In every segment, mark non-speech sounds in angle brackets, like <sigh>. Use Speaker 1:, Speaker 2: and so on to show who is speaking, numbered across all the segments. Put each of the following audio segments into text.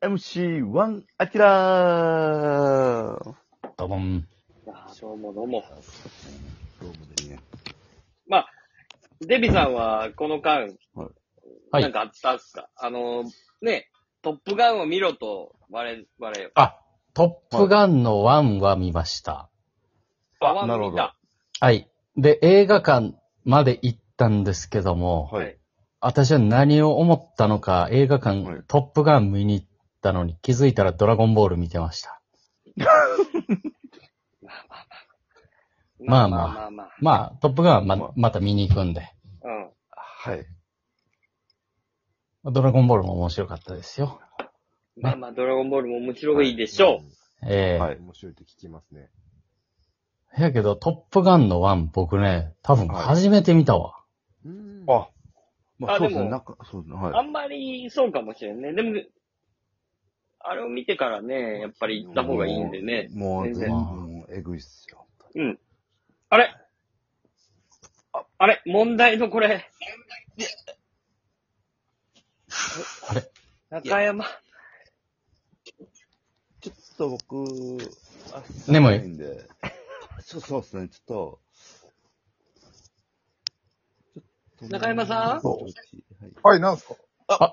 Speaker 1: 4MC1 アキラー
Speaker 2: ドボン。
Speaker 3: あしょうもどうも。
Speaker 1: どうもですね。
Speaker 3: まあ、デビさんはこの間、
Speaker 2: はい
Speaker 3: なんかあったっすか、あの、ね、トップガンを見ろと、我々、
Speaker 2: あ、トップガンの1は見ました。
Speaker 3: パワ
Speaker 1: な
Speaker 3: ー
Speaker 1: る
Speaker 3: を
Speaker 1: ほ
Speaker 3: 見
Speaker 1: ど
Speaker 3: た。
Speaker 2: はい。で、映画館まで行ったんですけども、
Speaker 1: はい。
Speaker 2: 私は何を思ったのか、映画館、
Speaker 1: はい
Speaker 2: トップガン見に行ったのに気づいたらドラゴンボール見てました。まあまあ
Speaker 3: まあまあ。
Speaker 2: まあ、トップガンは
Speaker 1: まあ
Speaker 2: ままた見に行くんで、
Speaker 3: うん。
Speaker 1: はい。
Speaker 2: ドラゴンボールも面白かったですよ。
Speaker 3: まあまあ、ドラゴンボールも面白いでしょ
Speaker 2: ええ
Speaker 1: はい
Speaker 4: 面白いって聞きますね。
Speaker 2: やけど、トップガンの1僕ね、多分
Speaker 1: はい
Speaker 2: 初めて見たわ。
Speaker 4: うん
Speaker 1: あ、まあ
Speaker 3: あ
Speaker 1: そうです
Speaker 3: で
Speaker 1: ね。
Speaker 3: も
Speaker 1: なんか、そうですね。
Speaker 3: う。
Speaker 1: は
Speaker 3: あんまりそうかもしれんね。でも、あれを見てからね、やっぱり行った方がいいんでね
Speaker 1: い。。もう、
Speaker 3: 全
Speaker 1: 全
Speaker 3: 然
Speaker 1: 然、もうえぐいっすよ。
Speaker 3: あれああれ問題のこれ。
Speaker 2: あれ
Speaker 3: 中山。
Speaker 1: ちょっと僕、あ
Speaker 2: 眠い
Speaker 1: んで。 <laughs> そうそうですね、ちょっと。
Speaker 3: 中山さん
Speaker 1: そうはい
Speaker 4: はい、なんすか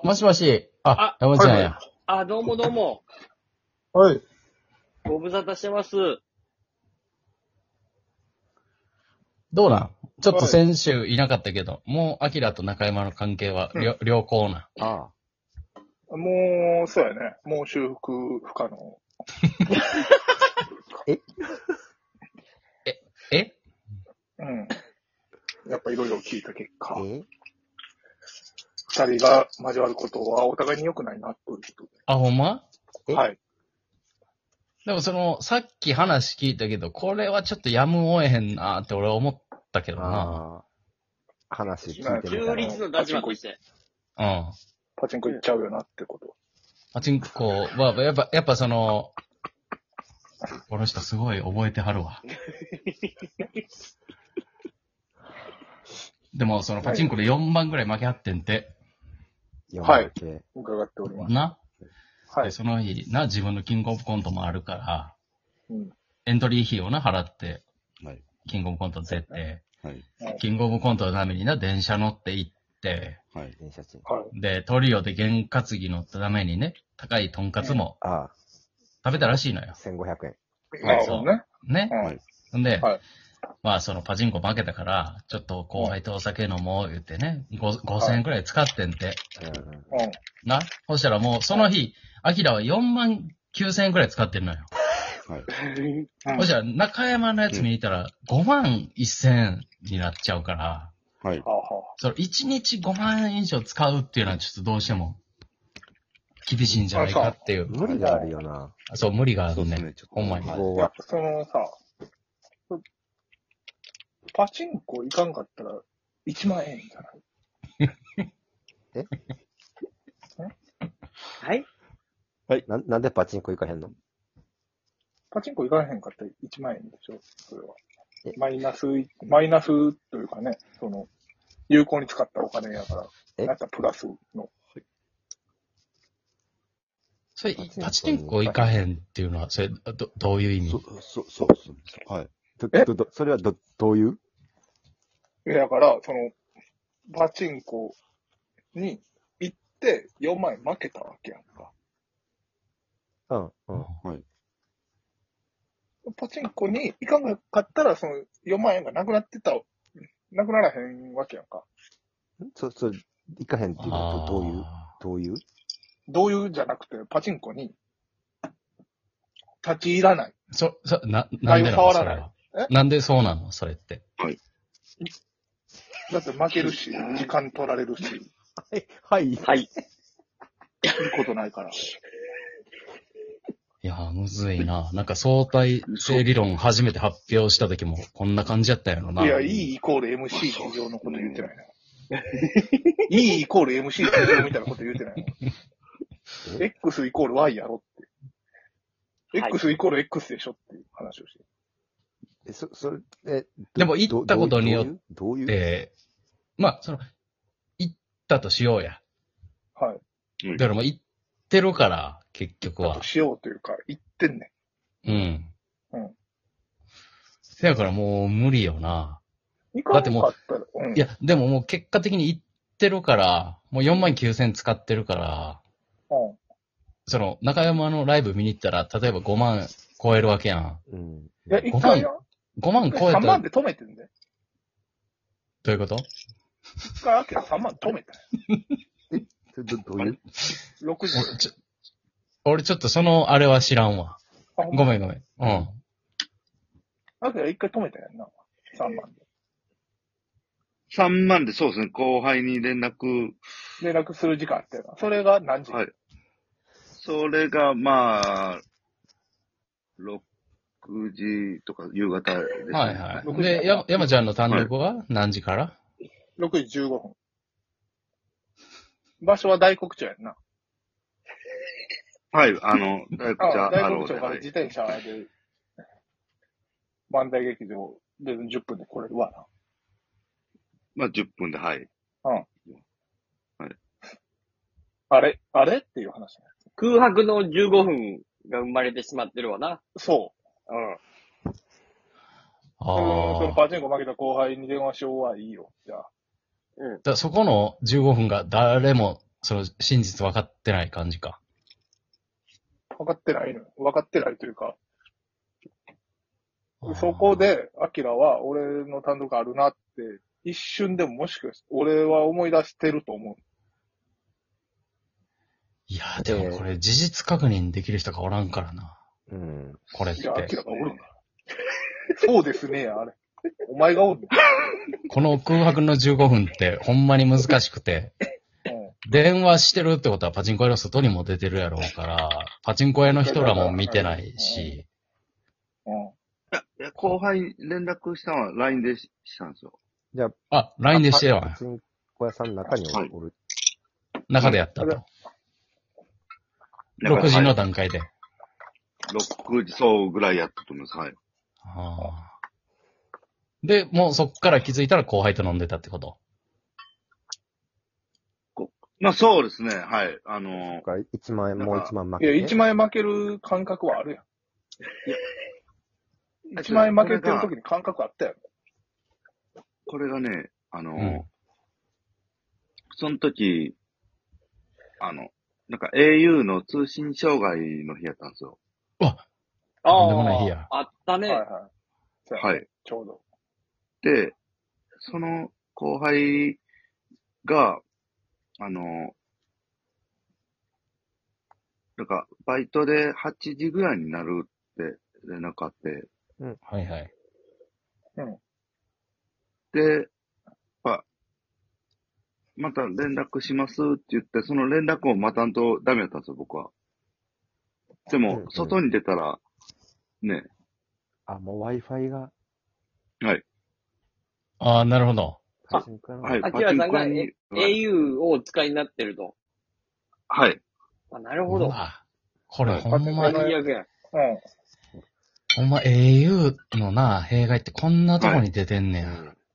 Speaker 2: あ、もしもし。あ
Speaker 3: あ、
Speaker 2: 山ちゃんや。
Speaker 3: あ、どうもどうも。
Speaker 4: はい。
Speaker 3: ご無沙汰してます。
Speaker 2: どうなんちょっ
Speaker 4: は
Speaker 2: と
Speaker 4: い
Speaker 2: 先週いなかったけど、もう、アキラと中山の関係はりょ、良好な。
Speaker 1: あ
Speaker 4: もう、そうやね。もう修復不可能。
Speaker 2: え
Speaker 4: うん。やっぱいろいろ聞いた結果
Speaker 1: あ。、え
Speaker 4: 二人が交わることはお互いに良くないなということ
Speaker 2: あ、ほんま
Speaker 1: え
Speaker 4: で。はい。
Speaker 2: でもその、さっき話聞いたけど、これはちょっとやむを得へんなって俺は思ったけどな。
Speaker 1: ああ。話聞いてみた
Speaker 3: 中
Speaker 1: ら。
Speaker 3: 立の立場として。
Speaker 2: うん。
Speaker 4: パチンコ行っちゃうよなってこと。
Speaker 2: パチンコは、やっぱ、やっぱその、この人すごい覚えてはる
Speaker 4: <laughs>
Speaker 2: わ。でも、そのパチンコで4番ぐらい負けはってんて。
Speaker 4: はい
Speaker 1: 山分け
Speaker 4: 伺っております。
Speaker 2: な、
Speaker 4: はい
Speaker 2: で。その日、な、自分のキングオブコントもあるから、
Speaker 4: うん。
Speaker 2: エントリー費をな、払って、
Speaker 1: はい
Speaker 2: キングオブコント出て、
Speaker 1: はい。
Speaker 2: キングオブコントのためにな、電車乗って行って、
Speaker 1: はい。電車賃。
Speaker 4: はい。
Speaker 2: で、トリオで験担ぎのためにね、高いとんかつも
Speaker 1: あ
Speaker 2: 食べたらしいのよ
Speaker 1: あ、。1500円。
Speaker 4: なるほどね。
Speaker 2: ね
Speaker 4: う。ん。
Speaker 1: は
Speaker 4: はいい。
Speaker 2: んで、
Speaker 4: はい
Speaker 2: まあ、そのパチンコ負けたから、ちょっと後輩とお酒飲もう言ってね、ご5000円くらい使ってんて。
Speaker 1: うん
Speaker 4: うん。
Speaker 2: な。そしたらもう、その日、アキラは4万9000円くらい使ってんのよ。
Speaker 1: はい。
Speaker 2: そしたら、中山のやつ見に行ったら、5万1000円になっちゃうから、
Speaker 1: はい。
Speaker 4: はあはあ
Speaker 2: その1日5万円以上使うっていうのはちょっとどうしても、厳しいんじゃないかっていう。
Speaker 1: 無理があるよな。
Speaker 2: そう、無理がある
Speaker 1: っ
Speaker 2: ね。
Speaker 1: ちょっと
Speaker 2: ほんまに。
Speaker 1: ここ
Speaker 4: やっ
Speaker 1: は。
Speaker 4: ぱそのさ、パチンコ行かんかったら1万円じゃない
Speaker 3: はい
Speaker 1: はい。なんなんでパチンコ行かへんの
Speaker 4: パチンコ行かへんかったら1万円でしょ、それは
Speaker 1: え。
Speaker 4: マイナス、マイナスというかね、その、有効に使ったお金やか
Speaker 1: え
Speaker 4: ら、なんかプラスの。
Speaker 2: それ、パチンコ行かへんっていうのは、それ、ど、どういう意味
Speaker 1: そ、そ、そうそう。はい。ど、
Speaker 4: え
Speaker 1: ど、ど、それはど、どういう
Speaker 4: えだから、その、パチンコに行って4万円負けたわけやんか。
Speaker 1: うん、うん。はい。
Speaker 4: パチンコに行かなかったら、その4万円がなくなってた、なくならへんわけやんか。
Speaker 1: そ、そ、行かへんっていうのはどどういう
Speaker 2: あ
Speaker 1: どういう
Speaker 4: どういうじゃなくて、パチンコに立ち入らない。
Speaker 2: ーそ、そ、な、なんでなの
Speaker 4: 触
Speaker 2: それ
Speaker 4: らない
Speaker 2: は
Speaker 4: え。
Speaker 2: なんでそうなのそれって。
Speaker 4: だって負けるし、時間取られるし、い
Speaker 1: はい。
Speaker 3: はい。
Speaker 4: いことないから。
Speaker 2: いやー、むずいな。なんか相対性理論初めて発表した時も、こんな感じやったよな。
Speaker 4: いや、いいイコール MC 事情のこと言ってない <laughs> な。いいイコール MC 事情みたいなこと言ってないな。X イコール Y やろって。
Speaker 3: はい
Speaker 4: X イコール X でしょっていう話をして。
Speaker 1: え、そ、それ、え、ど
Speaker 2: でも行ったことによって、
Speaker 1: どういうどういう
Speaker 2: で、まあ、その、行ったとしようや。
Speaker 4: はい。
Speaker 2: だからもう行っってるから、結局
Speaker 4: だ
Speaker 2: は
Speaker 4: と。しようというか、言ってんね
Speaker 2: うん。
Speaker 4: うん。
Speaker 2: せやからもう無理よな。
Speaker 4: ん。行かなかったら、うん。
Speaker 2: いや、でももう結果的に行ってるから、もう4万9000使ってるから、
Speaker 4: うん。
Speaker 2: その、中山のライブ見に行ったら、例えば5万超えるわけやん。
Speaker 1: うん。
Speaker 4: いや、一回な、
Speaker 2: 5万超えたら
Speaker 4: 3万
Speaker 2: ど
Speaker 4: で止めてんだよ。
Speaker 2: ういうこと
Speaker 4: 一回開けた3万止めた
Speaker 1: それど、どういう
Speaker 4: よ。60。
Speaker 2: 俺ちょ俺ちょっとその、あれは知らんわ。
Speaker 4: あほん
Speaker 2: ご
Speaker 4: ま
Speaker 2: めんごめん。うん。
Speaker 4: アキラ一回止めたやんな。3万で。
Speaker 5: 3万で、そうですね、後輩に連絡、
Speaker 4: 連絡する時間あったよな。それが何時、
Speaker 5: はいそれが、まあ、6時とか夕方です、ね。
Speaker 2: はいはい。で、や山ちゃんの単独は何時から、
Speaker 4: ?6 時15分。場所は大黒町やんな。
Speaker 5: はい、あの、大
Speaker 4: あ
Speaker 5: 黒茶、
Speaker 4: 大
Speaker 5: ハロ
Speaker 4: 黒町か
Speaker 5: ーで、
Speaker 4: ら
Speaker 5: は
Speaker 4: 自
Speaker 5: い。
Speaker 4: 転車で、万代劇場で10分で来れるわな。
Speaker 5: まあ、10分で、はい。
Speaker 4: あれあれっていう話ね。
Speaker 3: 空白の15分が生まれてしまってるわな。
Speaker 4: そ
Speaker 3: う
Speaker 4: う。そのその
Speaker 2: ああ。
Speaker 4: パチンコ負けた後輩に電話しようはいいよ。じゃあ。
Speaker 2: だそこの15分が誰も、その真実分かってない感じか。
Speaker 4: 分かってないの。分かってないというか、そこで、アキラは俺の単独あるなって、一瞬でももしかして、俺は思い出してると思う。
Speaker 2: あー。いや、でもこれ事実確認できる人がおらんからな。
Speaker 1: うん。
Speaker 2: これっ
Speaker 4: いや、アキ
Speaker 2: て。
Speaker 4: ラがおるから。そうですね、あれ。お前がおる
Speaker 2: この空白の15分ってほんまに難しくて。
Speaker 4: の。
Speaker 2: 電話してるってことはパチンコ屋の外にも出てるやろうから、パチンコ屋の人らも見てないし。
Speaker 4: うん。うん。
Speaker 5: いやいや後輩に連絡したのは LINE でししたんですよ。
Speaker 2: あ、LINE でしてよ
Speaker 1: パ。チンコ屋さんの中におる。
Speaker 2: 中でやったと。6時の段階で。
Speaker 5: 6時、そうぐらいやったと思います。はい。
Speaker 2: ああで、もうそっから気づいたら後輩と飲んでたってこと。
Speaker 5: まあそうですね、はい。あの、
Speaker 1: が1万円、もう1万負
Speaker 4: い
Speaker 1: けて。
Speaker 4: や、1万円負ける感覚はあるやん。1万円負けてる時に感覚あったやん。
Speaker 5: これがね、あの、
Speaker 2: うん
Speaker 5: その時、あの、なんか au の通信障害の日やったんですよ。
Speaker 3: ん。
Speaker 2: とんでもない日や
Speaker 3: あったね。
Speaker 4: はいはい。そうやね
Speaker 5: はい。
Speaker 4: ちょうど。
Speaker 5: で、その後輩が、あの、なんか、バイトで8時ぐらいになるって連絡あって、
Speaker 2: はいはい。
Speaker 5: で、あ、また連絡しますって言って、その連絡を待たんとダメだったんですよ、僕は。で
Speaker 1: うんう
Speaker 5: も
Speaker 1: ん、
Speaker 5: 外に出たら、ね、
Speaker 1: あ、もう Wi-Fi が、
Speaker 2: ああ、なるほど。
Speaker 1: パチンコ屋の。
Speaker 5: はい、
Speaker 3: あきらさんが
Speaker 5: に
Speaker 3: え、au をお使いになってると。
Speaker 5: はい、
Speaker 3: あ、なるほど
Speaker 2: う。わこれほんま
Speaker 4: はい
Speaker 2: に、
Speaker 3: 最悪や。
Speaker 4: うん。
Speaker 2: ほんま au のな、弊害ってこんなとこに出てんね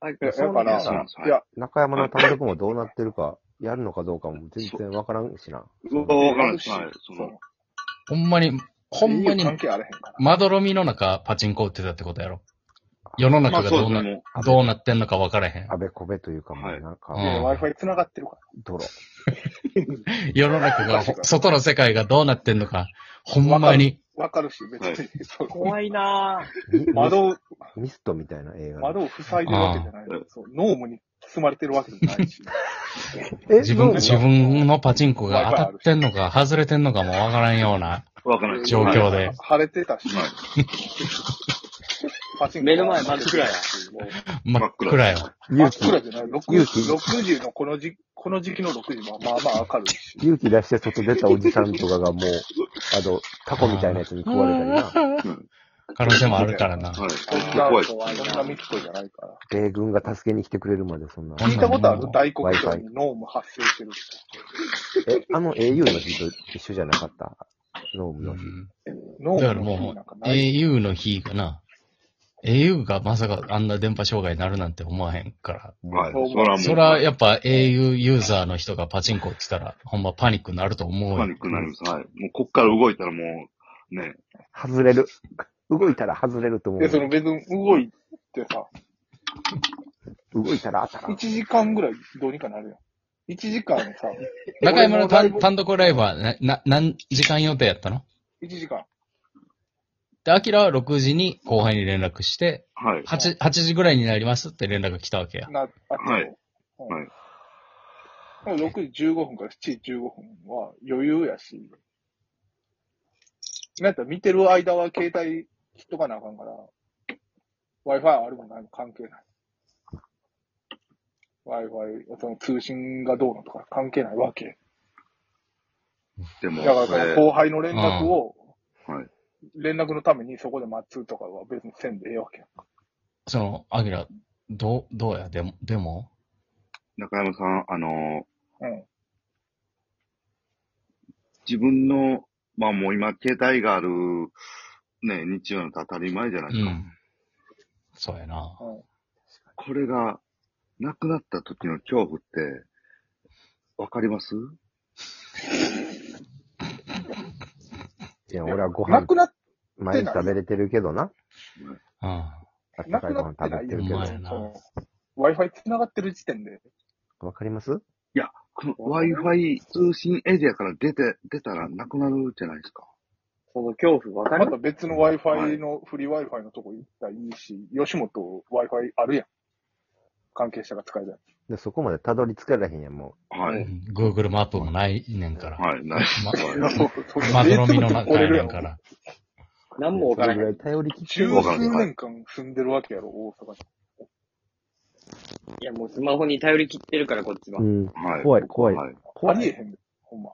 Speaker 2: や。
Speaker 4: いや
Speaker 1: そ
Speaker 4: だ
Speaker 1: うな
Speaker 4: か
Speaker 1: ん
Speaker 4: ら、
Speaker 1: や
Speaker 5: そうなんですはい
Speaker 4: いや、
Speaker 1: 中山の単独もどうなってるか、やるのかどうかも全然わからんしな。
Speaker 5: うわわかんない
Speaker 4: る
Speaker 5: です。はい、その、
Speaker 2: ほんまに、ほんま
Speaker 4: いい
Speaker 2: に、
Speaker 4: 関係あれへんから。
Speaker 2: まどろみの中パチンコ打ってたってことやろ。世の
Speaker 5: ま
Speaker 2: 中
Speaker 5: あ
Speaker 2: が
Speaker 5: そう
Speaker 2: ど
Speaker 5: で
Speaker 2: うな、
Speaker 5: すね、も
Speaker 1: あ
Speaker 2: どうなってんのか分からへん
Speaker 1: あ。べこべというか、も
Speaker 5: は
Speaker 1: う
Speaker 5: い
Speaker 1: なん
Speaker 2: うん
Speaker 1: か、
Speaker 4: で Wi-Fi 繋がってるか
Speaker 1: 泥。
Speaker 2: 世の中が、ほ外の世界がどうなってんのか、ほんまに。
Speaker 4: ら。わかるし、別
Speaker 5: は
Speaker 4: に。そう
Speaker 3: 怖いなぁ。
Speaker 1: み
Speaker 4: 窓を、
Speaker 1: ミストみたいな映画。
Speaker 4: 窓を塞いでるわけじゃない
Speaker 5: あ。
Speaker 4: そうノームに包まれてるわけじゃないし。
Speaker 1: え
Speaker 2: 自分、自分のパチンコが当た
Speaker 4: Wi-Fi あ
Speaker 2: っ
Speaker 4: るして
Speaker 2: んのか、外れてんのかもわからんような。
Speaker 5: う、わからないです。
Speaker 2: 状況で
Speaker 5: はい
Speaker 4: 晴れてたし。
Speaker 5: はい
Speaker 4: パチンコ
Speaker 3: 目の前真っ暗や。もう
Speaker 2: 真っ暗よ。
Speaker 1: 勇
Speaker 4: 真っ
Speaker 1: 気、
Speaker 4: 暗じゃない。
Speaker 1: 勇気
Speaker 4: 6, 6時のこの時、この時期の6時はまあまあ明るいし。
Speaker 1: 勇気出して外出たおじさんとかがもう、あの、タコみたいなやつに食われたりな。
Speaker 4: <laughs>
Speaker 2: 可能性もあるからな。
Speaker 5: はい。
Speaker 4: そんな、
Speaker 5: 怖いです。
Speaker 4: そんな密度じゃないから。
Speaker 1: 米軍が助けに来てくれるまでそんな。
Speaker 4: 聞いたことある
Speaker 2: うん
Speaker 4: 大黒町にノーム発生してるって。
Speaker 1: え、あの au の日と一緒じゃなかったノーム
Speaker 2: う
Speaker 1: の日。
Speaker 2: んだ
Speaker 4: ノー
Speaker 2: から
Speaker 4: ムの日
Speaker 2: も
Speaker 4: なんか
Speaker 2: う、
Speaker 4: ない。
Speaker 2: au の日かな。 au がまさかあんな電波障害になるなんて思わへんから。
Speaker 5: はい。
Speaker 4: そう
Speaker 5: そらもう、
Speaker 2: そら、やっぱ au ユーザーの人がパチンコ来たら、ほんまパニックになると思う
Speaker 5: パ
Speaker 2: よ
Speaker 5: ニックになります。はい。もうこっから動いたらもう、ね、
Speaker 1: 外れる。動いたら外れると思。
Speaker 4: で、そうの別に動いてさ、
Speaker 1: 動いたら当たら
Speaker 4: 1
Speaker 1: ん。
Speaker 4: 時間ぐらいどうにかなるやん。1時間さ、
Speaker 2: 中山の
Speaker 4: 俺
Speaker 2: 単
Speaker 4: もだい
Speaker 2: 単独ライブはな、な、何時間予定やったの
Speaker 4: ぶ1時間。
Speaker 2: で、アキラは6時に後輩に連絡して、
Speaker 5: はい。
Speaker 2: 8、8時ぐらいになりますって連絡が来たわけや。
Speaker 4: な、あったよ
Speaker 5: はい。はい
Speaker 4: うんでも6時15分から7時15分は余裕やし、なんやったら見てる間は携帯切っとかなあかんから、Wi-Fi あるもないも関係ない。Wi-Fi、その通信がどうのとか関係ないわけ。
Speaker 5: でも、
Speaker 4: だからそ
Speaker 5: これ
Speaker 4: の後輩の連絡を、
Speaker 5: うんはい
Speaker 4: 連絡のためにそこで待つとかは別にせんでええわけやんか。
Speaker 2: その、アキラ、どう、どうやでも、でも
Speaker 5: 中山さん、あの
Speaker 4: うん。
Speaker 5: ー自分の、まあもう今、携帯がある、ね、日曜の当たり前じゃな
Speaker 2: う
Speaker 5: いですか。
Speaker 2: ん。そうやな。
Speaker 5: これが、なくなった時の恐怖って、わかります
Speaker 1: いや、俺はご
Speaker 4: な
Speaker 1: 飯
Speaker 4: くなっ
Speaker 1: 毎日食べれてるけどな。
Speaker 2: うん。
Speaker 1: あった
Speaker 4: な
Speaker 1: かい
Speaker 4: く
Speaker 1: ご飯
Speaker 4: なって
Speaker 1: 食
Speaker 4: な
Speaker 1: べ
Speaker 4: い
Speaker 1: て
Speaker 4: よ
Speaker 1: るけ
Speaker 2: ほんま
Speaker 1: ど
Speaker 2: や。な
Speaker 4: その Wi-Fi 繋がってる時点で。
Speaker 1: わかります
Speaker 5: いや、この Wi-Fi 通信エリアから出て、出たらなくなるじゃないですか。
Speaker 3: その恐怖わか
Speaker 4: ま
Speaker 3: る
Speaker 4: た別の Wi-Fi の、フリー Wi-Fi のとこ行ったらいいし、吉本 Wi-Fi あるやん。関係者が使えるやん。
Speaker 1: で、そこまでたどり着かれへんやん、も
Speaker 5: は
Speaker 2: う
Speaker 5: い。
Speaker 2: ん Google マップもないねんから。
Speaker 5: はい。ない
Speaker 2: ま、ま
Speaker 4: ま
Speaker 2: どろみの中やねんから。
Speaker 1: う。
Speaker 3: 何も
Speaker 1: もう
Speaker 3: わ
Speaker 1: それ
Speaker 3: からへ
Speaker 1: ぐら
Speaker 3: ん。
Speaker 1: い頼りきって
Speaker 4: 十
Speaker 1: る。
Speaker 4: 数年間住んでるわけやろ、大阪に。
Speaker 3: いや、もうスマホに頼り切ってるから、こっちは
Speaker 1: う。ん。
Speaker 5: はい。
Speaker 1: 怖い怖い
Speaker 5: はい。
Speaker 1: 怖
Speaker 4: ありえ
Speaker 1: い。
Speaker 4: へんで、ほんま。